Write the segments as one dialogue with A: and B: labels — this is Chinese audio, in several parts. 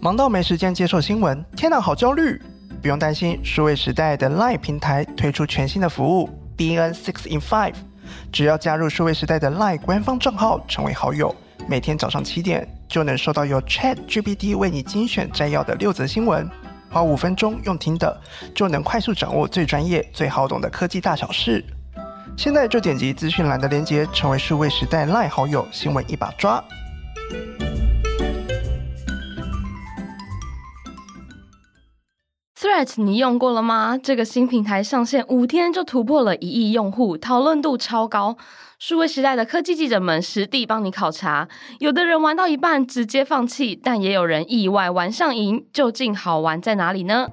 A: 忙到没时间接受新闻，天哪，好焦虑！不用担心，数位时代的 LINE 平台推出全新的服务 DN Six in Five，只要加入数位时代的 LINE 官方账号成为好友，每天早上七点就能收到由 Chat GPT 为你精选摘要的六则新闻，花五分钟用听的就能快速掌握最专业、最好懂的科技大小事。现在就点击资讯栏的链接，成为数位时代 LINE 好友，新闻一把抓。
B: Threads 你用过了吗？这个新平台上线五天就突破了一亿用户，讨论度超高。数位时代的科技记者们实地帮你考察，有的人玩到一半直接放弃，但也有人意外玩上瘾。究竟好玩在哪里呢？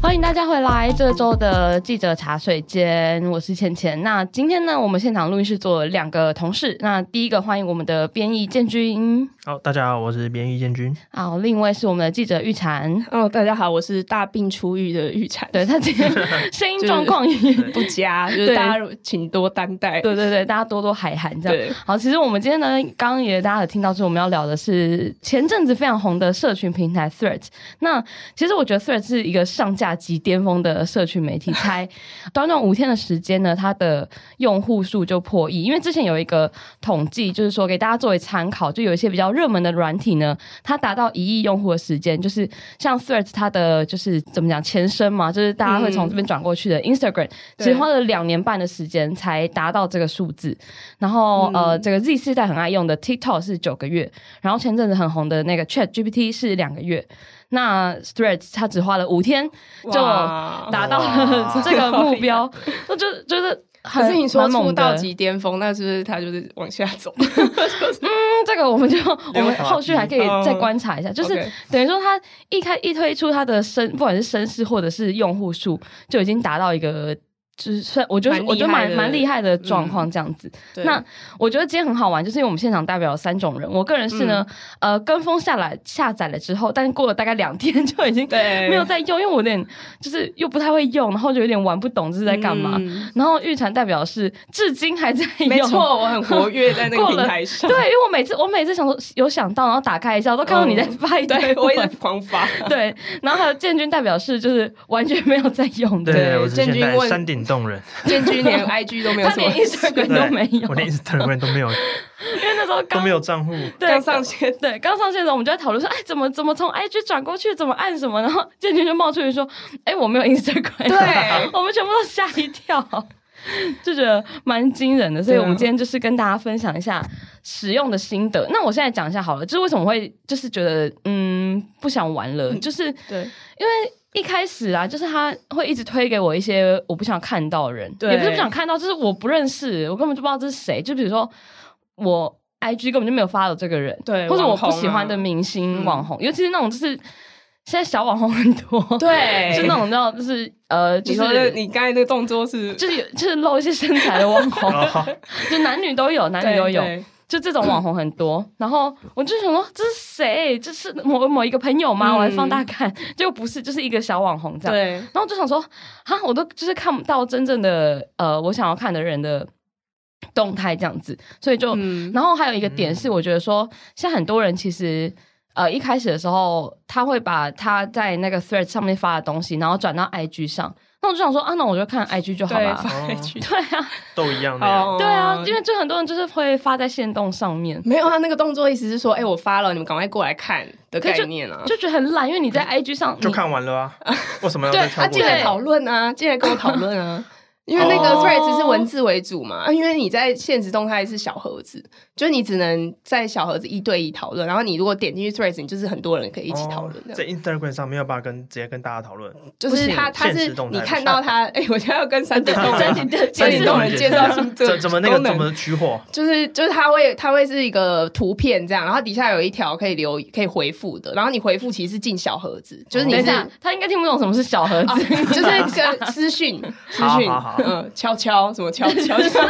B: 欢迎大家回来，这周的记者茶水间，我是倩倩。那今天呢，我们现场录音室做了两个同事。那第一个欢迎我们的编译建军，
C: 好、哦大家好，我是编译建军。
B: 好，另外是我们的记者玉婵。
D: 哦，大家好，我是大病初愈的玉婵，
B: 对他今天 声音状况也，
D: 不佳，就是
B: 对
D: 大家请多担待。
B: 对对对，大家多多海涵这样。
D: 对
B: 好，其实我们今天呢，刚刚也大家有听到，就是我们要聊的是前阵子非常红的社群平台 Threads。那其实我觉得 Threads 是一个上架极巅峰的社群媒体，才短短五天的时间呢，它的用户数就破亿。因为之前有一个统计，就是说给大家作为参考，就有一些比较热门的软体呢，它达到一亿用户的时间，就是像 Threads 它的就是怎么讲前身嘛，就是大家会从这边转过去的 Instagram，只
D: 对
B: 花了两年半的时间才达到这个数字。然后、
D: 嗯
B: 呃，这个 Z 世代很爱用的 TikTok 是九个月，然后前阵子很红的那个 Chat GPT 是两个月。那 Threads 它只花了五天就
D: 哇
B: 达到了
C: 哇
B: 这个目 标，那就就是很
D: 哦可是你说
B: 蛮猛
D: 出
B: 的
D: 道即巅峰，那是不是他就是往下走？
B: 嗯 这个我 们就我们
C: 溜滑梯
B: 后续还可以再观察一 下，就是
D: 哦 OK
B: 等于说它一开一推出它的声，不管是声势或者是用户数，就已经达到一个。就是算，我觉得
D: 蛮厉害
B: 我觉得蛮
D: 的嗯
B: 蛮厉害的状况这样子。
D: 对
B: 那我觉得今天很好玩，就是因为我们现场代表有三种人。我个人是呢，
D: 嗯
B: 呃，跟风下来下载了之后，但过了大概两天 就已经
D: 对
B: 没有在用，因为我有点就是又不太会用，然后就有点玩不懂这是在干嘛。
D: 嗯
B: 然后玉蝉代表是至今还在用，
D: 没错，我很活跃在那个
B: 过
D: 平
B: 了
D: 台上
B: 对，，因为我每次我每次想说有想到，然后打开一下，我都看到你在发一堆
D: 嗯对
B: 文、
D: 我也在狂发。
B: 对，然后还有建军代表是就是完全没有在用的，
D: 对
C: 我是现
D: 建军
C: 代
D: 问
C: 山顶洞人，
D: 建军连 IG 都没有
B: 他
D: 什么
B: 连，Instagram
C: 对
B: 都没有，
C: 我连 Instagram 都没有，
B: 因为那时候
C: 都
B: 刚
C: 没有账户。
B: 对
D: 刚上线
B: 对，刚上线的时候我们就在讨论说，哎，怎么怎么从 IG 转过去，怎么按什么？然后建军就冒出去说，哎，我没有 Instagram。
D: 对
B: 我们全部都吓一跳，就觉得蛮惊人的。所以
D: 对啊
B: 我们今天就是跟大家分享一下使用的心得。那我现在讲一下好了，就是为什么会就是觉得嗯不想玩了，就是
D: 对
B: 因为。一开始啊，就是他会一直推给我一些我不想看到的人，
D: 对
B: 也不是不想看到，就是我不认识，我根本就不知道这是谁。就比如说我 IG 根本就没有 follow 这个人，
D: 对
B: 或者我
D: 网
B: 不
D: 红
B: 喜欢
D: 啊
B: 的明星
D: 嗯
B: 网红，尤其是那种就是现在小网红很多，
D: 对，
B: 哦就那种你知道，就是呃，就
D: 你说的
B: 是
D: 你刚才那个动作是
B: 就是有就是露一些身材的网红，
C: 哦
B: 就男女都有，男
D: 对
B: 女都有，
D: 对
B: 就这种网红很多。然后我就想说，这是谁？这是某某一个朋友吗？
D: 嗯
B: 我还放大看， 结果不是，就是一个小网红这样。
D: 对
B: 然后我就想说，啊，我都就是看不到真正的呃，我想要看的人的动态这样子，所以就
D: 嗯
B: 然后还有一个点是，我觉得说，现在很多人其实。呃，一开始的时候，他会把他在那个 thread 上面发的东西，然后转到 IG 上。那我就想说，啊，那我就看 IG 就好
D: 对
B: 了
D: 发。IG
B: 对啊，
C: 哦都一样的呀。
D: 哦
B: 对啊，因为就很多人就是会发在线动上面，
D: 没有他那个动作意思是说，哎，我发了，你们赶快过来看的
B: 可是
D: 概
B: 就
D: 念啊。
B: 就觉得很懒，因为你在 IG 上
C: 就
B: 你
C: 看完了 啊，为什么要
B: 对
C: 再
B: 啊
C: 跳
B: 记
C: 过
D: 进
B: 得
D: 来
B: 对
C: 去？
D: 讨论啊，进来跟我讨论 啊。因为那个
C: 哦
D: threads 是文字为主嘛，啊因为你在现实动态是小盒子，就是你只能在小盒子一对一讨论，然后你如果点进去 threads，你就是很多人可以一起讨论
C: 哦
D: 的，
C: 在 Instagram 上没有办法跟直接跟大家讨论，
D: 就是它
C: 不行
D: 它
C: 现
D: 是
C: 实动态
D: 你看到它，哎，我现在要跟三 点动
B: 三
D: 人
B: 点对
D: 三
B: 解
D: 点
B: 释
D: 动人介绍新这
C: 怎怎么那个
D: 功能
C: 怎么取火？
D: 就是就是它会它会是一个图片这样，然后底下有一条可以留可以回复的，然后你回复其实是进小盒子，就是你
B: 哦等一
D: 是哦
B: 下，他应该听不懂什么是小盒子，
D: 就是跟私讯，私
C: 好
D: 讯
C: 好好，
D: 嗯，悄悄什么悄 悄悄，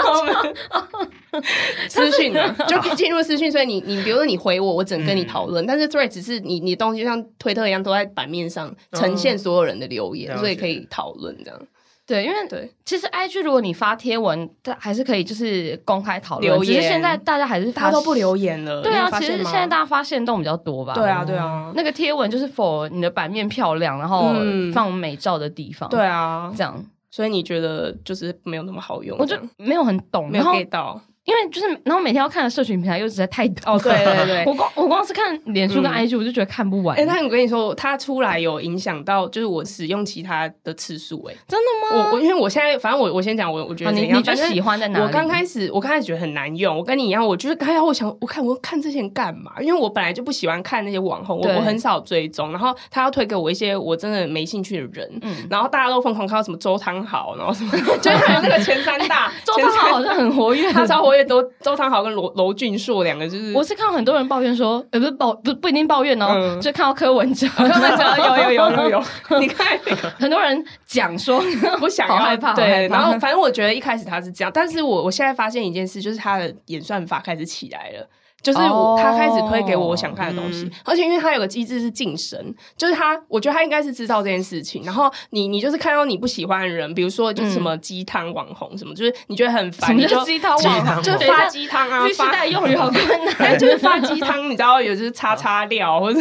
D: 私讯啊就进入私讯，所以你你比如说你回我，我只能跟你讨
C: 嗯
D: 论，但是 Thread 只是你你的东西就像推特一样都在版面上呈现所有人的留言，
C: 嗯了解
D: 所以可以讨论这样。
B: 对，因为
D: 对
B: 其实 IG 如果你发贴文，它还是可以就是公开讨论。
D: 留
B: 只是
D: 言
B: 现在大家还是
D: 大家
B: 发
D: 都不留言了。
B: 对
D: 你有
B: 啊，
D: 发
B: 其
D: 现
B: 实
D: 吗
B: 现在大家发现动比较多吧？
D: 对啊，对啊，
B: 那个贴文就是否你的版面漂亮，然后
D: 嗯
B: 放美照的地方，
D: 对，啊，
B: 这样
D: 所以你觉得就是没有那么好用，
B: 我就
D: 这样
B: 没有很懂。
D: 没有
B: 然后
D: get 到。
B: 因为就是，然后每天要看的社群平台又实在太多
D: 哦对对对
B: 我光我光是看脸书跟
D: 嗯
B: IG 我就觉得看不完。
D: 哎、但我跟你说，它出来有影响到，就是我使用其他的次数、哎，
B: 真的吗？
D: 我我因为我现在反正我我先讲我我觉
B: 啊
D: 得怎
B: 你
D: 样，
B: 你觉得
D: 反正
B: 喜欢在哪里？
D: 我刚开始，我刚开始觉得很难用。我跟你一样，我就是刚才我想，我看我看这些人干嘛？因为我本来就不喜欢看那些网红，我
B: 对
D: 我很少追踪。然后他要推给我一些我真的没兴趣的人，
B: 嗯
D: 然后大家都疯狂看到什么周汤豪，然 后什么，就是还有那个前三大，
B: 周
D: 前
B: 汤豪好
D: 三
B: 像很活跃，
D: 他超活跃，都周汤豪跟罗罗俊硕两个就是
B: 我是看到很多人抱怨说，呃，不是抱不不一定抱怨哦，
D: 嗯
B: 就看到柯文哲，柯
D: 他们知道 有有有有， 有，你看那个。
B: 很多人讲说
D: 不想要
B: 好害怕好害
D: 对，
B: 怕
D: 然后反正我觉得一开始他是这样，但是我我现在发现一件事，就是他的演算法开始起来了。就是我
B: 哦
D: 他开始推给我我想看的东西，
C: 嗯
D: 而且因为他有个机制是晋升，就是他，我觉得他应该是知道这件事情。然后你你就是看到你不喜欢的人，比如说就是什么鸡汤网红什么，就是你觉得很
B: 什
D: 烦，
B: 么
D: 你
B: 叫
D: 就
B: 鸡汤啊网红，
D: 就
B: 等一
D: 发
B: 下
D: 鸡汤啊
B: 这， 时
D: 发
B: 代用语好困
D: 反正
B: 难，
D: 就是发鸡汤，你知道有就是叉叉料 或者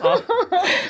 D: 哦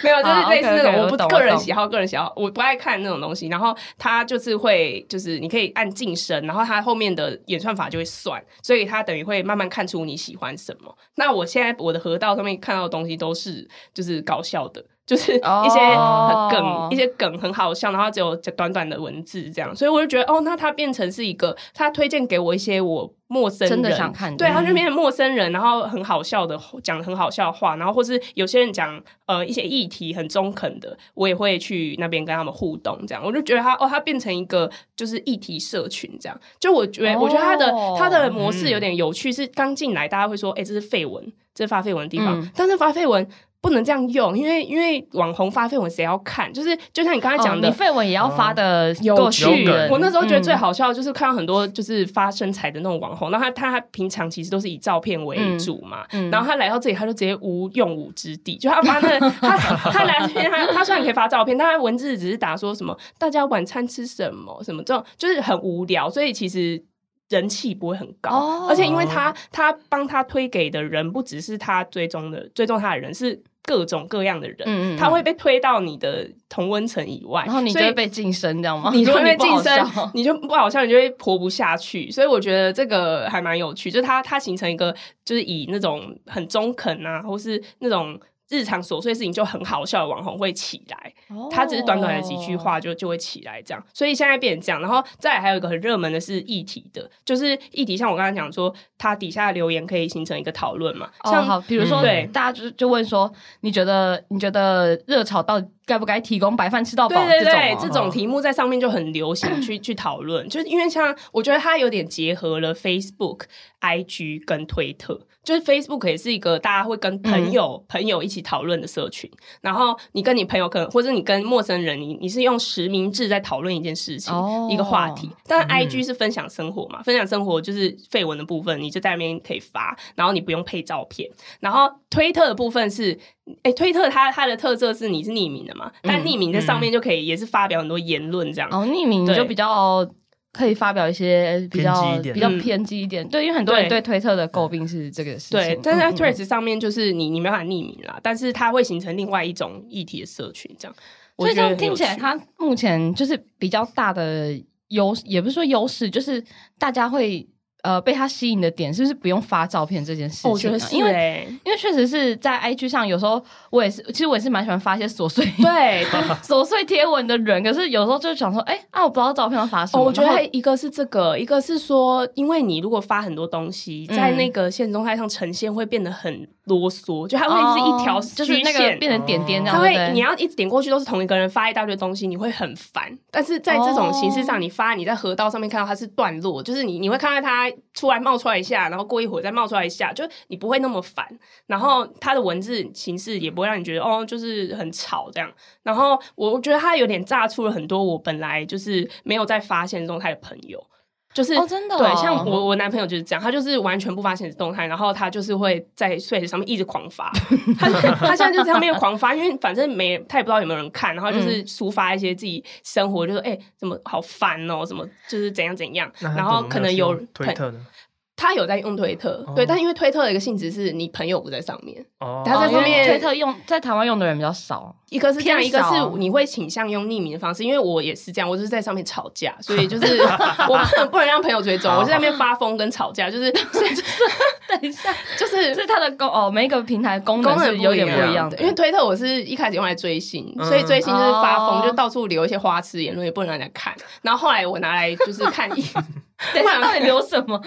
D: 没有，就是类似
B: 啊，OK，OK，
D: 那种。我
B: 我懂
D: 不个
B: 我
D: 人
B: 懂
D: 喜好，个人喜好，我不爱看那种东西。然后它就是会，就是你可以按晋升，然后它后面的演算法就会算，所以它等于会慢慢看出你喜欢什么。那我现在我的河道上面看到的东西都是就是搞笑的。就是一些
B: 哦
D: 很梗一些梗很好笑，然后只有短短的文字这样，所以我就觉得，哦，那它变成是一个，它推荐给我一些我陌生
B: 真的
D: 人
B: 想看的嗯
D: 对，他就变成陌生人，然后很好笑的讲得很好笑的话，然后或是有些人讲呃一些议题很中肯的，我也会去那边跟他们互动，这样我就觉得他哦，他变成一个就是议题社群这样。就我觉得，
B: 哦嗯
D: 我觉得他的他的模式有点有趣，是刚进来大家会说，哎、这是绯闻，这是发绯闻的地方，
B: 嗯
D: 但是发绯闻。不能这样用，因为因为网红发绯闻谁要看？就是就像你刚才讲的，哦
B: 哦你绯闻也要发的够
C: 有梗
B: 吸引人
D: 我那时候觉得最
B: 嗯
D: 好笑的就是看到很多就是发身材的那种网红，那他他平常其实都是以照片为主嘛，
B: 嗯嗯
D: 然后他来到这里他就直接无用武之地，就他发那个他他来这边他他虽然可以发照片，但他文字只是打说什么大家晚餐吃什么什么这种，就是很无聊，所以其实。人气不会很高，
B: 哦
D: 而且因为他他帮他推给的人不只是他追踪的追踪他的人，是各种各样的人，
B: 嗯嗯嗯
D: 他会被推到你的同温层以外，
B: 然后你就
D: 所以
B: 会被晋升，这样吗？
D: 你就
B: 哦如 果
D: 会
B: 不
D: 晋
B: 好
D: 升
B: 笑，
D: 你就不好笑，你就会活不下去。所以我觉得这个还蛮有趣，就是它它形成一个就是以那种很中肯啊，或是那种日常琐碎事情就很好笑的网红会起来，它只是短短的几句
B: 哦
D: 话就就会起来这样。所以现在变成这样，然后再来还有一个很热门的是议题的，就是议题像我刚才讲说，它底下留言可以形成一个讨论嘛，
B: 哦。哦，
D: 像
B: 好，比如说，
D: 嗯对
B: 大家就就问说，你觉得你觉得热炒到底该不该提供白饭吃到饱？
D: 对对对，
B: 这
D: 这
B: 种吗啊嗯
D: 种题目在上面就很流行 去去讨论，就是因为像我觉得它有点结合了 Facebook、IG 跟推特，就是 Facebook 也是一个大家会跟朋
B: 嗯
D: 友、朋友一起讨论的社群，然后你跟你朋友可能或者你跟陌生人，你你是用实名制在讨论一件事情、
B: 哦
D: 一个话题，但 IG 是分享生活嘛，分享生活就是绯闻的部分，你就在那边可以发，然后你不用配照片。然后推特的部分是，哎、推特它它的特色是你是匿名的嘛，
B: 嗯
D: 但匿名在上面就可以也是发表很多言论这样。
B: 哦，匿名
D: 对
B: 就比较可以发表一些比较
C: 偏激一点
B: 比较
D: 嗯
B: 偏激一点，对，因为很多人对
D: 对
B: 推特的诟病是这个事情。
D: 对，但是在
B: 嗯嗯
D: Threads 上面就是你你没办法匿名啦，但是它会形成另外一种议题的社群这样。我
B: 所以这
D: 觉
B: 样
D: 得很
B: 听
D: 有
B: 起来，
D: 趣
B: 它目前就是比较大的优，也不是说优势，就是大家会呃被它吸引的点，是不是不用发照片这件事情啊、
D: 哦我觉得是
B: 因为。
D: 哎、
B: 因为确实是在 IG 上，有时候我也是，其实我也是蛮喜欢发一些琐碎、
D: 对，啊对
B: 琐碎贴文的人。可是有时候就想说，哎、啊，我不知道照片要发什么。
D: 哦，我觉得
B: 然后
D: 还一个是这个，一个是说，因为你如果发很多东西，
B: 嗯
D: 在那个现实动态上呈现会变得很啰嗦，就它会是一条
B: 哦就是
D: 虚
B: 那个
D: 线。哦
B: 变成点点这样，
D: 它
B: 哦对不
D: 会，
B: 对
D: 你要一直点过去都是同一个人发一大堆东西，你会很烦。但是在这种形式
B: 哦
D: 上，你发你在河道上面看到它是段落，就是你你会看到它出来冒出来一下，然后过一会儿再冒出来一下，就你不会那么烦。然后它的文字形式也不会让你觉得哦，就是很吵这样。然后我我觉得他有点炸出了很多我本来就是没有在发现中他的朋友，就是
B: 哦真的哦
D: 对，像我我男朋友就是这样，他就是完全不发现实动态，然后他就是会在碎石上面一直狂发，他他现在就在上面狂发，因为反正没他也不知道有没有人看，然后
C: 嗯
D: 就是抒发一些自己生活，就说哎、怎么好烦哦，怎么就是怎样怎样，
C: 那他
D: 然后
C: 怎么
D: 可
C: 没
D: 能
C: 去
D: 有
C: 用推特呢？
D: 他有在用推特，
C: 哦
D: 对，但因为推特的一个性质是你朋友不在上面，
C: 哦，
D: 他在上面
B: 因为推特用在台湾用的人比较少，
D: 一个是这样，一
B: 偏
D: 个
B: 少
D: 是你会倾向用匿名的方式，因为我也是这样，我就是在上面吵架，所以就是 我不能不能让朋友追踪，
C: 好
D: 我就在那边发疯跟吵架，就是 所以就是
B: 等一下，
D: 就是
B: 是它的功哦，每一个平台功
D: 功
B: 能
D: 能
B: 是有点
C: 不一
B: 不一
C: 样
B: 样
D: 的
B: 的，
D: 因为推特我是一开始用来追星，
C: 嗯
D: 所以追星就是发疯，
B: 哦
D: 就到处留一些花痴言论，也不能让人家看。然后后来我拿来就是看 议，
B: 等一下到底留什么？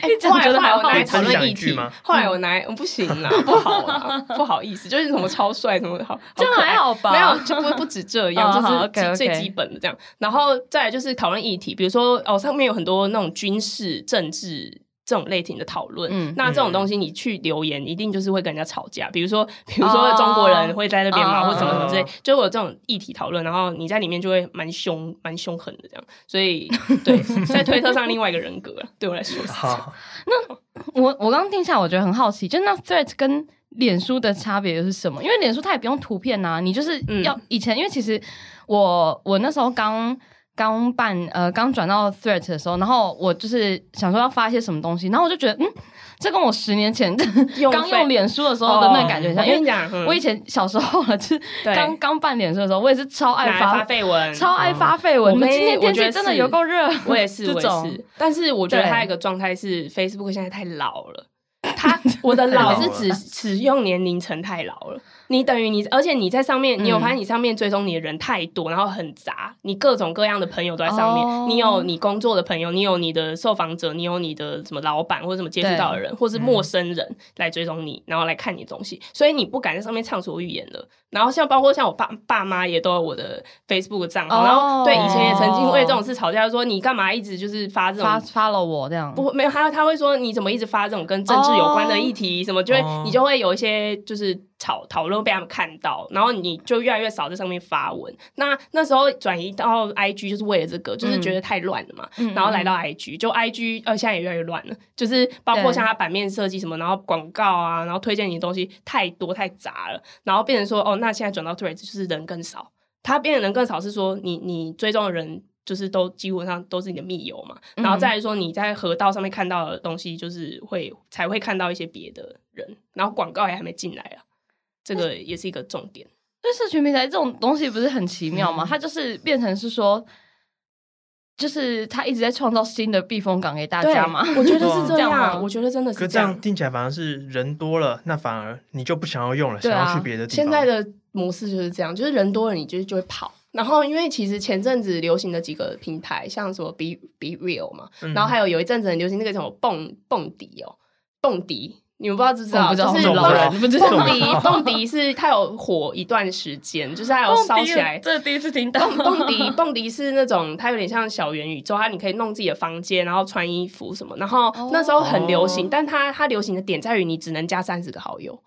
D: 哎
B: 一直
D: 后来
B: 觉得
D: 后来我
B: 好
D: 拿来
B: 好
D: 讨
C: 可以
D: 论
C: 讲
D: 议
C: 一句
D: 题
C: 吗，
D: 后来我拿来、嗯不行啦，不好啦，不好意思，就是什么超帅什么的好，
B: 这样
D: 可爱
B: 还好吧
D: 没有就不不止这样，
B: 哦
D: 就
B: 好
D: 是最
B: OK，OK
D: 最基本的这样。然后再来就是讨论议题，比如说哦，上面有很多那种军事、政治。这种类型的讨论，
B: 嗯
D: 那这种东西你去留言，一定就是会跟人家吵架。比如说，比如说中国人会在那边嘛，
B: 哦
D: 或什么什么之类，就会有这种议题讨论，然后你在里面就会蛮凶、蛮凶狠的这样。所以，对，在推特上另外一个人格了，对我来说是这样
C: 好，
B: 我我刚刚听下来，我觉得很好奇，就那 Threads 跟脸书的差别又是什么？因为脸书它也不用图片呐、你就是
D: 嗯
B: 要以前，因为其实我我那时候刚刚办呃刚转到 Threads 的时候，然后我就是想说要发一些什么东西，然后我就觉得嗯，这跟我十年前
D: 用
B: 刚用脸书的时候
D: 哦
B: 的那个感觉很像，
D: 我跟
B: 因
D: 你
B: 为
D: 讲，嗯
B: 我以前小时候了，啊就是
D: 对
B: 刚刚办脸书的时候，我也是超
D: 拿
B: 爱
D: 来
B: 发
D: 发。绯闻，
B: 超爱发绯闻
D: 我
B: 的，
D: 跟
B: 今天
D: 我
B: 天
D: 觉得
B: 气真的
D: 是
B: 有够热，
D: 我也是，
B: 这
D: 我也
B: 种
D: 是。但是我觉得
B: 对
D: 他有一个状态是 Facebook 现在太老了。他我的老
C: 太
D: 是
C: 老了
D: 指使用年龄层太老了，你等于你，而且你在上面，你有
B: 嗯
D: 发现你上面追踪你的人太多，然后很杂，你各种各样的朋友都在上面，
B: 哦
D: 你有你工作的朋友，你有你的受访者，你有你的什么老板或者什么接触到的人，
B: 嗯
D: 或是陌生人来追踪你，然后来看你的东西，所以你不敢在上面畅所欲言了。然后像包括像我爸爸妈也都有我的 Facebook 账号，然后对以前也曾
B: 哦
D: 经为这种事吵架，就说你干嘛一直就是发这
B: 发
D: 种。
B: 发了我这样，
D: 不会，没有他，他会说你怎么一直发这种跟政治有关的议题，什么就会、
C: 哦
D: 你就会有一些就是讨讨论被他们看到，然后你就越来越少在上面发文。那那时候转移到 IG 就是为了这个，就是觉得太乱了嘛，
B: 嗯
D: 然后来到 IG，就 IG 呃现在也越来越乱了，就是包括
B: 对
D: 像它版面设计什么，然后广告啊，然后推荐你的东西太多太杂了，然后变成说哦，那现在转到 Threads 就是人更少，它变得人更少是说你你追踪的人。就是都基本上都是你的密友嘛，
B: 嗯
D: 然后再来说你在河道上面看到的东西，就是会才会看到一些别的人，然后广告也还没进来啊，这个也是一个重点。
B: 对社群平台这种东西不是很奇妙
D: 嗯
B: 吗？它就是变成是说，就是它一直在创造新的避风港给大家嘛。啊
D: 我觉得是
C: 哇
D: 这
B: 这样吗
D: 样，啊我觉得真的
C: 可
D: 是
C: 这
D: 这样
C: 样。听起来反而是人多了，那反而你就不想要用了，
B: 对
C: 想
B: 啊
C: 要去别的地方。
D: 现在的模式就是这样，就是人多了你就就会跑。然后，因为其实前阵子流行的几个平台，像什么 Be Be Real 嘛，
C: 嗯
D: 然后还有有一阵子很流行那个什么蹦蹦迪哦，蹦迪，你们不知道知不知
B: 我
D: 道？
B: 不知道，
D: 就是
C: 这种
B: 老
C: 人
B: 人不知道。
D: 蹦迪，蹦迪是它有火一段时间，就是它有烧起来，
B: 这第一次听到
D: 蹦。蹦迪，蹦迪是那种它有点像小元宇宙，它你可以弄自己的房间，然后穿衣服什么。然后
B: 哦
D: 那时候很流行，
C: 哦
D: 但它它流行的点在于你只能加三十个好友，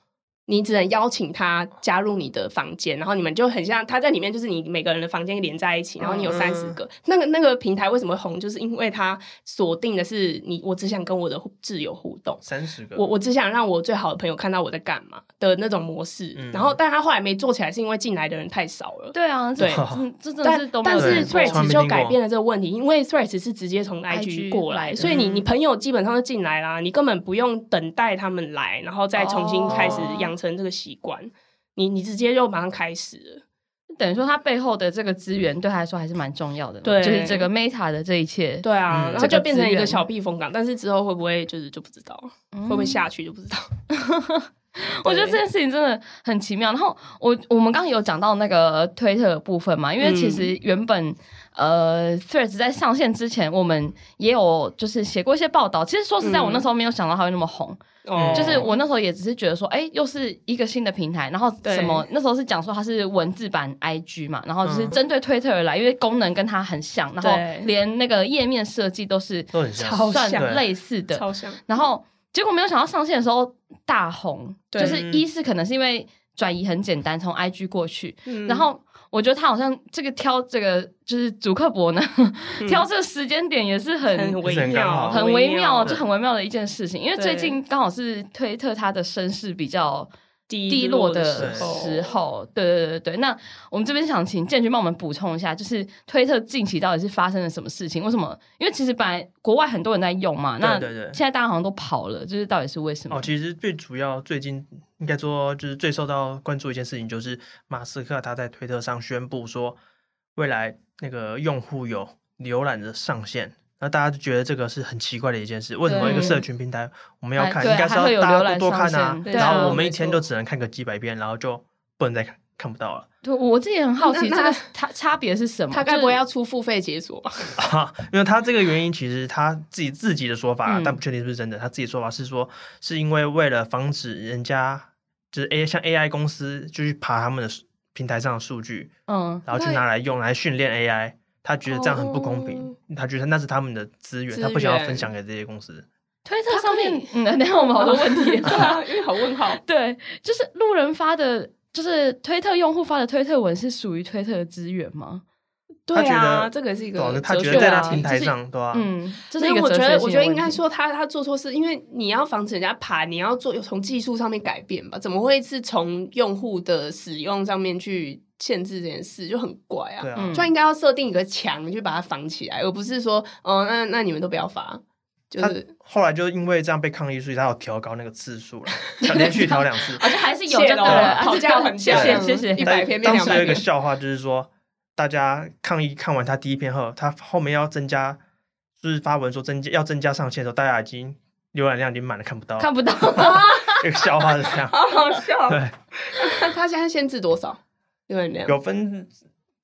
D: 你只能邀请他加入你的房间，然后你们就很像他在里面，就是你每个人的房间连在一起，然后你有
C: 嗯
D: 三十个。那个那个平台为什么红，就是因为它锁定的是你，我只想跟我的挚友互动。
C: 三十个，
D: 我我只想让我最好的朋友看到我在干嘛的那种模式，
C: 嗯
D: 然后但他后来没做起来，是因为进来的人太少了。
B: 对啊，这
D: 对
B: 嗯这真的是
D: 但
B: 都没有
D: 但是
B: 人做
D: Threads
C: 没听
D: 就
C: 过
D: 改变了这个问题，因为 Threads 是直接从
B: IG
D: IG 过来，
B: 来的
D: 所以你你朋友基本上就进来啦，你根本不用等待他们来，然后再重新开始
B: 哦
D: 养成这个习惯，你你直接就马上开始了。
B: 等于说它背后的这个资源对他来说还是蛮重要的嘛，
D: 对
B: 就是这个 Meta 的这一切，
D: 对啊，
C: 嗯
D: 然后就变成一
B: 这个
D: 个
B: 资源
D: 小避风港，但是之后会不会就是就不知道，
B: 嗯
D: 会不会下去就不知道。
B: 我觉得这件事情真的很奇妙。然后我我们刚刚有讲到那个推特的部分嘛，因为其
D: 嗯
B: 实原本、呃 Threads 在上线之前，我们也有就是写过一些报道。其实说实在，
D: 嗯
B: 我那时候没有想到它会那么红，
D: 哦
B: 就是我那时候也只是觉得说，哎，又是一个新的平台。然后
D: 对
B: 什么那时候是讲说它是文字版 IG 嘛，然后就是
C: 嗯
B: 针对推特而来，因为功能跟它很像，然后
D: 对
B: 连那个页面设计都是
C: 都很像
D: 超
B: 算
D: 像
B: 类似的，
D: 超像，
B: 然后结果没有想到上线的时候大红，
D: 对嗯
B: 就是一是可能是因为转移很简单，从 IG 过去，
D: 嗯
B: 然后我觉得他好像这个挑这个就是主克伯呢，挑这个时间点也是
D: 嗯很
B: 很。
D: 微
C: 是很刚
D: 妙，
C: 好
B: 很微妙，
C: 对
B: 就很微妙的一件事情，因为最
D: 对
B: 近刚好是推特他的身世比较低
D: 低
B: 落
D: 的
B: 的时候，对对对对。那我们这边想请建军帮我们补充一下，就是推特近期到底是发生了什么事情？为什么？因为其实本来国外很多人在用嘛，那
C: 对对对
B: 现在大家好像都跑了，就是到底是为什么？
C: 哦，其实最主要最近应该说就是最受到关注的一件事情，就是马斯克他在推特上宣布说，未来那个用户有浏览的上限。那大家就觉得这个是很奇怪的一件事，为什么
B: 对
C: 一个社群平台我们要
B: 哎
C: 看，
B: 对
C: 应该是
B: 还会有
C: 要大
B: 浏
C: 家
B: 览
C: 多多看
B: 上
C: 啊
B: 限，对
C: 然
B: 啊
C: 后我们一天
D: 没错
C: 就只能看个几百遍，然后就不能再看看不到了，
B: 对，我自己也很好奇，
D: 那
B: 这
D: 那
B: 个差差别是什么？
D: 他该不
B: 就
D: 会
B: 是
D: 要出付费解锁吧？
C: 因为他这个原因其实他自己自己的说法，
B: 嗯
C: 但不确定是不是真的。他自己说法是说，是因为为了防止人家就是 A 像 AI 公司就去爬他们的数平台上的数据，
B: 嗯
C: 然后去
D: 那
C: 拿来用来训练 AI。他觉得这样很不公平，他觉得那是他们的资源，
D: 哦资
C: 他不想要
D: 源
C: 分享给这些公司。
B: 推特
D: 他
B: 上
D: 可以
B: 面？嗯，等一下我们好多问 题。
D: 对啊，因为好问号。
B: 对，就是路人发的，就是推特用户发的推特文是属于推特的资源吗？
D: 对
C: 他觉
D: 啊，
C: 得
D: 这个是一
C: 对啊
D: 个，
C: 他
D: 哲
C: 觉
D: 学
C: 得在他
D: 问题
C: 平台
D: 就是
C: 上，对啊吧？
B: 嗯，这
D: 所
B: 是
D: 以
B: 一个
D: 我
B: 哲
D: 觉
B: 学
D: 得，
B: 性
D: 我觉得
B: 的
D: 应
B: 问
D: 该
B: 题，
D: 说他他做错事，因为你要防止人家爬，你要做从技术上面改变吧，怎么会是从用户的使用上面去限制这件事，就很怪啊。
C: 对啊，
B: 嗯
D: 就应该要设定一个墙去把它防起来，而不是说，哦，那那你们都不要罚，就
C: 他
D: 是
C: 后来就因为这样被抗议，所以他有调高那个次数了， 连续调两次。
B: 而且还是有
D: 谢
B: 哦就对
D: 咯
B: 了，
D: 讨价还
B: 谢
D: 价
B: 谢
D: 嗯
B: 谢谢
D: 一。百
C: 但
D: 篇变
C: 当
D: 两
C: 时有
D: 百
C: 一个
D: 篇，
C: 笑话，就是说大家抗议看完他第一篇后，他后面要增加，就是发文说增加要增加上限的时候，大家已经浏览量已经满了，看不到。
B: 看不到，
C: 一个笑话是 这样，
D: 好好笑。
C: 对，
D: 那他现在限制多少？有点量，
C: 有分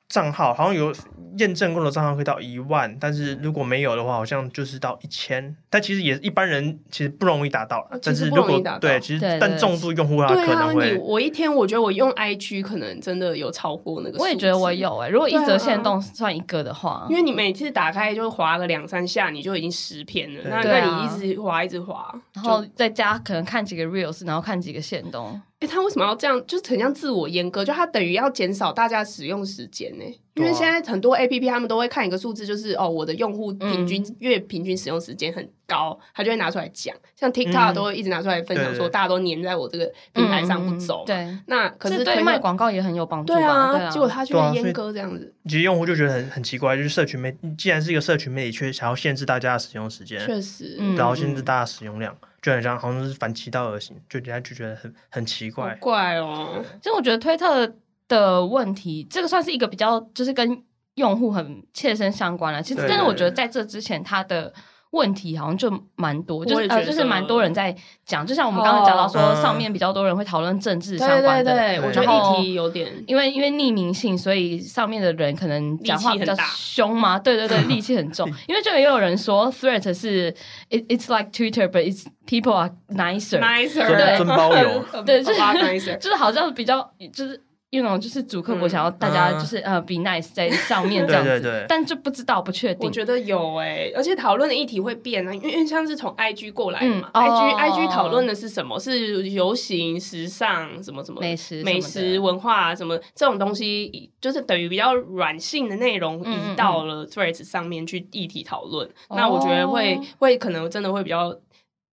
C: 账号，好像有验证过的账号可以到一万，但是如果没有的话，好像就是到一千。但其实也一般人其实不容易达到了，
D: 哦其
C: 但
D: 实
C: 是
D: 不
C: 如
D: 容易
C: 果
D: 达到
C: 对，其实
B: 对对
C: 但重度用户他
D: 对
C: 可
D: 啊，
C: 能
D: 你
C: 会。
D: 我一天，我觉得我用 IG 可能真的有超过那个，
B: 我也觉得我。有哎、如果一
D: 对
B: 则
D: 啊
B: 限动算一个的话
D: 因，为你每次打开就滑个两三下，你就已经十篇了。
C: 对
D: 那
B: 对
D: 那
B: 啊
D: 你一直滑一直滑，
B: 然后在家可能看几个 reels，然后看几个限动，
D: 哎、他为什么要这样？就是很像自我阉割，就他等于要减少大家使用时间呢、因
C: 对
D: 为
C: 啊
D: 现在很多 A P P 他们都会看一个数字，就是哦，我的用户
B: 嗯
D: 平均、月平均使用时间很高，他就会拿出来讲。像
C: 嗯
D: TikTok 都会一直拿出来分
C: 对
D: 享，
C: 对
D: 说
C: 对
D: 大家都黏在我这个平台上不走嘛。
B: 嗯嗯嗯
D: 那可
B: 对，
D: 是
B: 这
D: 推
B: 对
D: 特
B: 卖广告也很有帮助吧？
D: 对
B: 对
D: 啊，
B: 啊
D: 结果他却
C: 对啊所以
D: 阉割这样子，
C: 其实用户就觉得很很奇怪，就是社群媒，既然是一个社群媒体，却想要限制大家的使用时间，
D: 确实，
B: 嗯
C: 然后限制大家使用量，就很像好像是反其道而行，就人家就觉得很很奇
D: 好
C: 怪。
D: 怪哦。
B: 其实我觉得推特的问题，这个算是一个比较就是跟用户很切身相关了。其实，
C: 对
B: 但是我觉得在这之前，它的问题好像就蛮多，就
D: 我
B: 是
D: 也
B: 呃，
D: 觉
B: 就
D: 得
B: 是蛮多人在讲。就像我们刚刚讲到说，
C: 哦嗯
B: 上面比较多人会讨论政治相
D: 对
B: 关
D: 对
B: 的，
D: 对，我觉
B: 然后
D: 得议题有点
B: 因为因为匿名性，所以上面的人可能讲话比较
D: 戾气很大
B: 凶嘛，对 对对，戾气很重。因为就也有人说，Threat 是 it it's like Twitter, but it's people are nicer。
D: nicer，
C: 尊尊包邮
B: 对就是
D: nicer。
B: 就是好像比较就是。因为就是主客我
D: 嗯
B: 想要大家
C: 啊
B: 就是、呃 be nice 在上 面这样子，
C: 对对对
B: 但就不知道不确定
D: 我。觉得有哎、而且讨论的议题会变啊，因为因为像是从 IG 过来的嘛、
B: 嗯
D: i g
B: 哦
D: IG 讨论的是什么？是流行、时尚什么什么
B: 美食
D: 美
B: 什么
D: 食
B: 的
D: 文化什么这种东西，就是等于比较软性的内容
B: 嗯嗯
D: 移到了 Threads 上面去议题讨论。
B: 哦
D: 那我觉得会会可能真的会比较。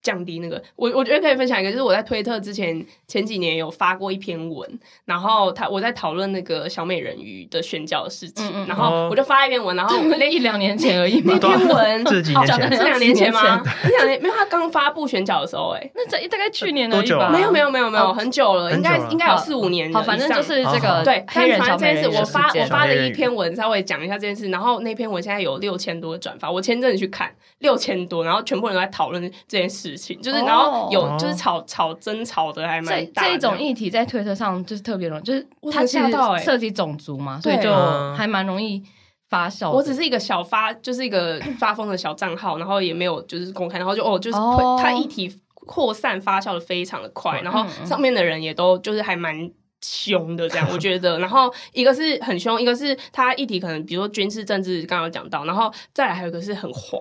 D: 降低那个，我我觉得可以分享一个，就是我在推特之前前几年有发过一篇文，然后他我在讨论那个小美人鱼的宣教的事情，
B: 嗯嗯嗯
D: 然
C: 哦
D: 后我就发了一篇文，然后 那
B: 一两年前而已嘛
D: 那，篇 文，
C: 这是几年前
D: 哦是两年前吗
B: 几？
D: 是两年，没有，他刚发布选角的时候、欸，
B: 那这大概去年而
C: 多
B: 已
C: 久
B: 吧？
C: 啊
D: 哎，没有没有没有没有，
B: 哦
D: 很久了，
C: 很
D: 应
C: 久了
D: 该应该有四五年了
B: 好，反正
D: 以上
B: 就是这个
C: 哦
D: 对，
B: 黑人
D: 但
B: 小
D: 反正
B: 美
D: 这
B: 人鱼
D: 件事，我
B: 的事
D: 发我
B: 件
D: 发了一篇文，稍微讲一下这件事，然后那篇文现在有六千多的转发，我前阵子去看六千多，然后全部人都在讨论这件事情，就是
B: 哦
D: 然后有
C: 哦
D: 就是吵吵争吵的还蛮
B: 这
D: 大的，
B: 这种议题在推特上就是特别容易，就是
D: 我
B: 它其实
D: 吓到欸
B: 涉及种族嘛，所以
D: 对
B: 就
C: 嗯
B: 还蛮容易发酵的。
D: 我只是一个小发，就是一个发疯的小账号，然后也没有就是公开，然后就哦，就是会
B: 哦
D: 它议题扩散发酵的非常的快，然后
B: 嗯嗯
D: 上面的人也都就是还蛮。凶的这样，我觉得。然后一个是很凶，一个是它议题可能，比如说军事、政治，刚刚有讲到，然后再来还有一个是很黄，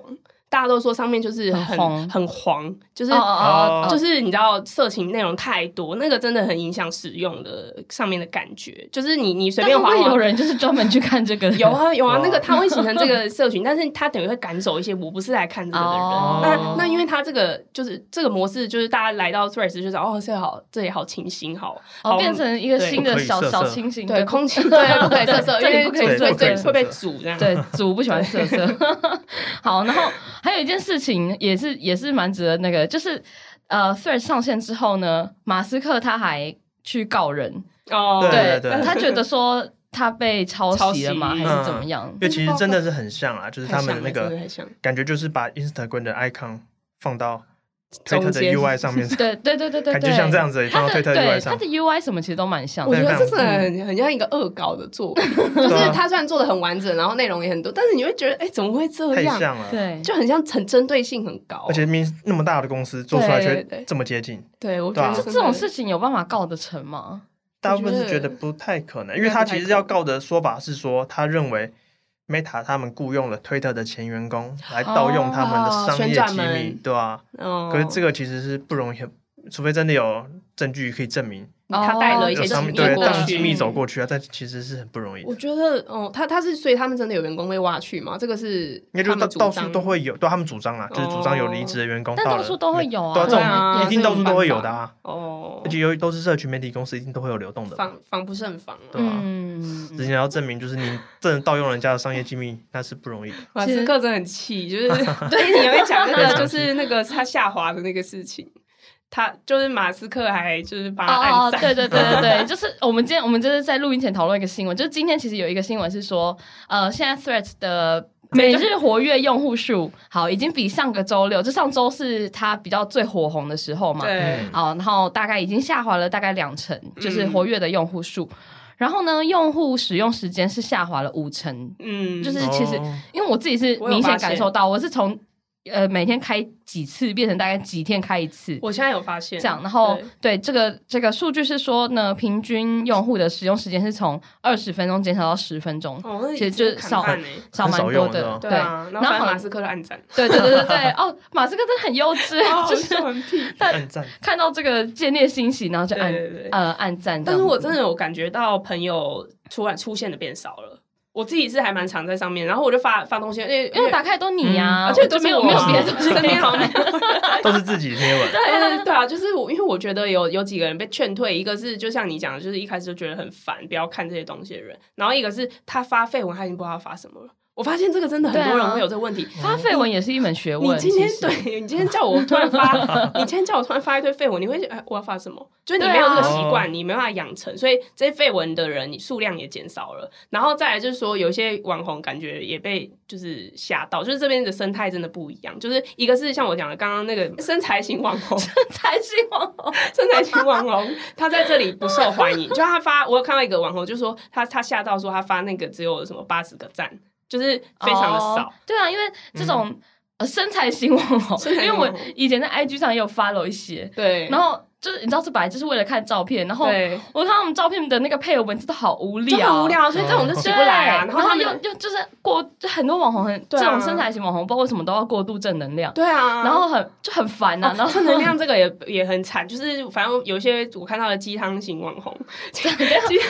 D: 大家都说上面就是
B: 很
D: 很
B: 红
D: 很黄，就是
B: 哦哦
C: 哦
D: 就是你知道色情内容太多，那个真的很影响使用的上面的感觉。就是你你随
B: 但
D: 便
B: 会不
D: 滑
B: 会
D: 滑
B: 有人就是专门去看这个的？
D: 有啊有啊
C: 哦，
D: 那个它会形成这个社群，但是它等于会赶走一些我不是来看这个的 人。
B: 哦
D: 那那因为它这个就是这个模式，就是大家来到 Threads 就是哦，这好这里好清新，好
B: 哦，
D: 好
B: 变成一个
D: 对
B: 新的
C: 不可以
B: 小
C: 色
B: 小
C: 色
B: 清新，
D: 对空气对不可以色色，因
B: 这里
D: 为
B: 不可以
D: 会
B: 色
D: 被
B: 色。
D: 会被煮这样。
B: 对，主不喜欢色色。 好，然后还有一件事情也是也是蛮值得那个，就是呃，Thread 上线之后呢，马斯克他还去告人，
D: 哦，
C: 对对嗯
B: 他觉得说他被抄袭了吗，
D: 抄
B: 还
D: 袭
B: 是怎么样
C: 因？为其实真的是很像啊，就是
D: 太
C: 他
D: 像
C: 们那
D: 了真的
C: 个
D: 太像
C: 感觉就是把 Instagram 的 icon 放到推特
D: 中
C: 的
D: 间
C: UI 上 面，
B: 对对对对对，
C: 感觉像这样
B: 子。
C: 子放
B: 他
C: 到推
B: 的
C: 特 UI
B: 对他
C: 上
B: 的。UI 什么其实都蛮像
D: 我
B: 的，
D: 觉得这
C: 对嗯啊
D: 是很很像一个恶搞的 作品，就是它虽然做的很完整，然后内容也很多，但是你会觉得，哎，怎么会这
C: 太
D: 样？
C: 像了，
B: 对，
D: 就很像很针对性很高，
C: 而且明明那么大的公司做出来
D: 对对
C: 却
D: 对
C: 这么接近，
D: 对我觉
C: 对啊
D: 得
B: 这这种事情有办法告得成吗？
C: 大部分是
D: 我
C: 觉
D: 觉
C: 得
D: 得
C: 不太可能，因为他其实要告的说法是说，他认为 Meta 他们雇佣了推特的前员工来盗用他们的商业
D: 哦
C: 机
D: 旋转
C: 密，
D: 门
C: 对吧、
D: 哦，
C: 可是这个其实是不容易，除非真的有证据可以证明
D: 他带了一
C: 有
D: 些机
C: 商
D: 密
C: 对
D: 过
C: 让
D: 去嗯
C: 机密走过去啊，但其实是很不容易
D: 我
C: 的。
D: 觉得，哦，他他是，所以他们真的有员工被挖去吗？这个是
C: 应该就
D: 他
C: 是到到
D: 们
C: 处
D: 主张哦
C: 都会有，对他们主张啦，就是主张有离职的员工，
B: 但
C: 到
B: 到
C: 了
B: 处都会有啊
C: 对啊，这
D: 对啊
C: 种一定
D: 这
C: 到
D: 种
C: 处都会
D: 办
C: 有
D: 法
C: 的啊，
D: 哦
C: 而，且由于都是社群媒体公司，一定都会有流动的吧，
D: 防防不胜防啊。
C: 对吧？
B: 嗯，
C: 之前要证明就是你真的盗用人家的商业机密，那是不容易的。
D: 马
B: 其实
D: 斯克真的很气， 就是对你会讲那
C: 非常
D: 个，
C: 气
D: 就是那个他下滑的那个事情，他就是马斯克还就是把他
B: 哦
D: 暗
B: 哦，
D: 杀，
B: 对对对对 对，就是我们今天我们就是在录音前讨论一个新闻，就是今天其实有一个新闻是说，呃，现在 Threads 的。每日活跃用户数好，已经比上个周六，就上周是它比较最火红的时候嘛，
D: 对
C: 嗯
B: 好，然后大概已经下滑了大概两成，就是
D: 嗯
B: 活跃的用户数。然后呢，用户使用时间是下滑了五成，
D: 嗯，
B: 就是
C: 哦
B: 其实因为我自己是
D: 我有
B: 明显
D: 发现
B: 感受到，我是从呃每天开几次变成大概几天开一次，
D: 我现在有发现
B: 这样，然后
D: 对
B: 对这个这个数据是说呢，平均用户的使用时间是从二十分钟减少到十分钟，
D: 哦，那
B: 其实就是
D: 砍
B: 少
D: 半欸
B: 少蛮
C: 很少
B: 多
C: 用是
B: 的
C: 吗。
D: 对
B: 对
D: 啊，然
B: 然后
D: 后反正
B: 好
D: 马斯克的暗战，哦
B: 对对对对对，哦，马斯克真的很幼稚，
D: 就
B: 就是是
D: 很屁。
C: 暗赞，
B: 看到这个见猎欣喜，然后就
D: 对
B: 按
D: 对对，
B: 呃按赞这
D: 但
B: 样
D: 是
B: 子。
D: 我真的有感觉到朋友突然出现的变少了，我自己是还蛮常在上面，然后我就发发东西，因为
B: 因为打开都你
C: 嗯
B: 呀，
D: 而且
B: 我就
D: 都
B: 没有
D: 是我
B: 没有
D: 啊
B: 别的东西可以
D: 身边好 像没
B: 看
D: 有。
C: 都是自己的贴文。
D: 对对对啊，就是我，因为我觉得有有几个人被劝退，一个是就像你讲的，就是一开始就觉得很烦，不要看这些东西的人，然后一个是他发绯闻，他已经不知道他发什么了。我发现这个真的很多人会有这个问题。
B: 啊
D: 嗯
B: 发绯闻也是一门学问。
D: 你今天
B: 其实，
D: 对你今天叫我突然发，你今天叫我突然发一堆绯闻，你会觉得哎，我要发什么？就是你
B: 对啊
D: 没有这个习惯，你没办法养成，所以这些绯闻的人，你数量也减少了。然后再来就是说，有一些网红感觉也被就是吓到，就是这边的生态真的不一样。就是一个是像我讲的刚刚 那个身材型网红，
B: 才是网红，
D: 身材型网红，他在这里不受欢迎。就他发，我有看到一个网红就说他他吓到说他发那个只有什么八十个赞，就是非常的少。
B: 哦对啊，因为这
C: 嗯
B: 种呃身材型网红，
D: 身
B: 因
D: 材
B: 为
D: 型
B: 我
D: 网红
B: 以前在 IG 上也有 follow 一些，
D: 对，
B: 然后就是你知道，这本来就是为了看照片，然后
D: 对。
B: 我看他们照片的那个配文字都好无
D: 就
B: 聊，
D: 很无，聊，所以这种
B: 啊
D: 就
B: 嗯对，
D: 起不来啊。
B: 然
D: 后他
B: 又
D: 们
B: 又就是过就很多网红很、这
D: 对啊
B: 种身材型网红，不知道为什么都要过度正能量，
D: 对啊，哦
B: 然后很就很烦呐、啊，然后
D: 正能量这个也也很惨，就是反正有一些我看到的鸡汤型网红，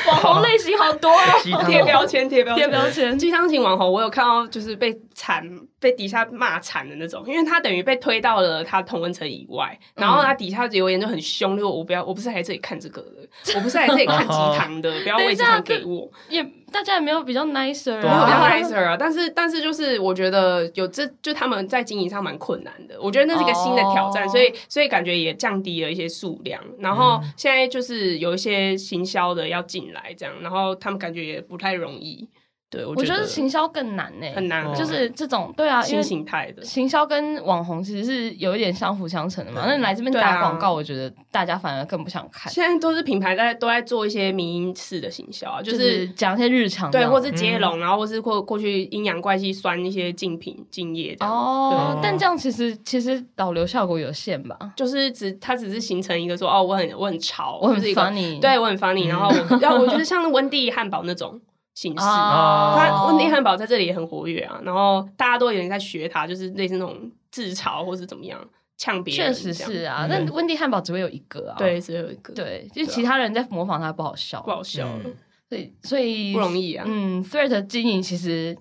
B: 网红类型好多哦，
C: 鸡汤
D: 贴标签贴标
B: 贴
D: 签。
B: 标签，
D: 鸡汤型网红，我有看到就是被惨被底下骂惨的那种，因为他等于被推到了他同温层以外，然后他底下留言就很凶，就说我不要，我不是来这里看这个的，我不是来这里看鸡汤的，
B: 嗯
D: 不要喂鸡汤给我。
B: 也大家也没有比较 nicer
C: 对
D: 没有
C: 啊
D: 比较
B: 啊，
D: nicer 啊，但是但是就是我觉得有这就他们在经营上蛮困难的，我觉得那是一个新的挑战
B: 哦
D: 所以所以感觉也降低了一些数量，然后
B: 嗯
D: 现在就是有一些行销的要进来这样，然后他们感觉也不太容易，对我
B: 我觉
D: 得
B: 得行销更难呢、
D: 很难，
B: 就是这种对啊，因
D: 新
B: 为
D: 形态的。
B: 行销跟网红其实是有一点相辅相成的嘛。
C: 对
B: 那你来这边
D: 对啊
B: 打广告，我觉得大家反而更不想看，
D: 现在都是品牌在都在做一些民音式的行销啊，就
B: 就是是嗯讲一些日常的
D: 对，或是接龙，然后或是过过去阴阳怪气酸一些竞品竞业这样
B: 哦
C: 对，
B: 但这样其实其实导流效果有限吧。
D: 就是只它只是形成一个说哦，我很我很潮，
B: 我很
D: 就是一个
B: funny，
D: 对我很 funny，然后我然后我觉得像温蒂汉堡那种，形式。
B: 哦
D: 他温蒂汉堡在这里也很活跃啊，然后大家都有点在学他，就是类似那种自嘲或是怎么样呛别
B: 确
D: 人，
B: 实是
D: 啊，
B: 啊，
C: 嗯
B: 但温蒂汉堡只会有一个啊。
D: 对，只有一个
B: 对，因为其他人在模仿他不好笑，
D: 不好笑了，
C: 嗯
B: 所以所以
D: 不容易啊。
B: 嗯，Thread 的经营其实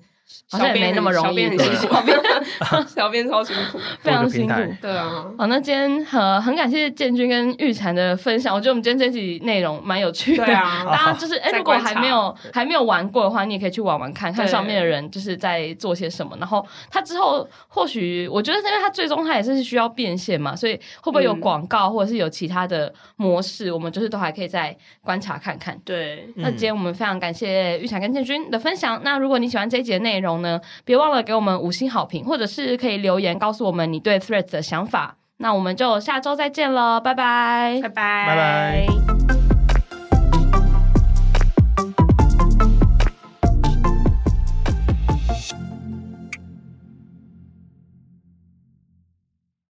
B: 好
D: 小
B: 像也
D: 编
B: 没那么容
D: 很小
B: 易
D: 编，很辛苦，小编小编超辛苦。
B: 非常
C: 多个
B: 辛
C: 平
B: 苦
C: 台。
D: 对啊，
B: 好，那今天呃很感谢建军跟玉婵的分享，我觉得我们今天这集内容蛮有趣的。
D: 对啊
B: 大家就是哎、
D: 在
B: 如果
D: 观
B: 还
D: 察
B: 没有还没有玩过的话，你也可以去玩玩看看
D: 对
B: 上面的人就是在做些什么。然后他之后或许我觉得，因为他最终他也是需要变现嘛，所以会不会有
D: 嗯
B: 广告、或者是有其他的模式，我们就是都还可以再观察看看。
D: 对，
B: 那今天我们非常感谢玉婵跟建军的分享。那如果你喜欢这一节内容呢，别忘了给我们五星好评，或者是可以留言告诉我们你对 Threads 的想法。那我们就下周再见了，拜拜
D: 拜
C: 拜
D: 拜，
C: 拜。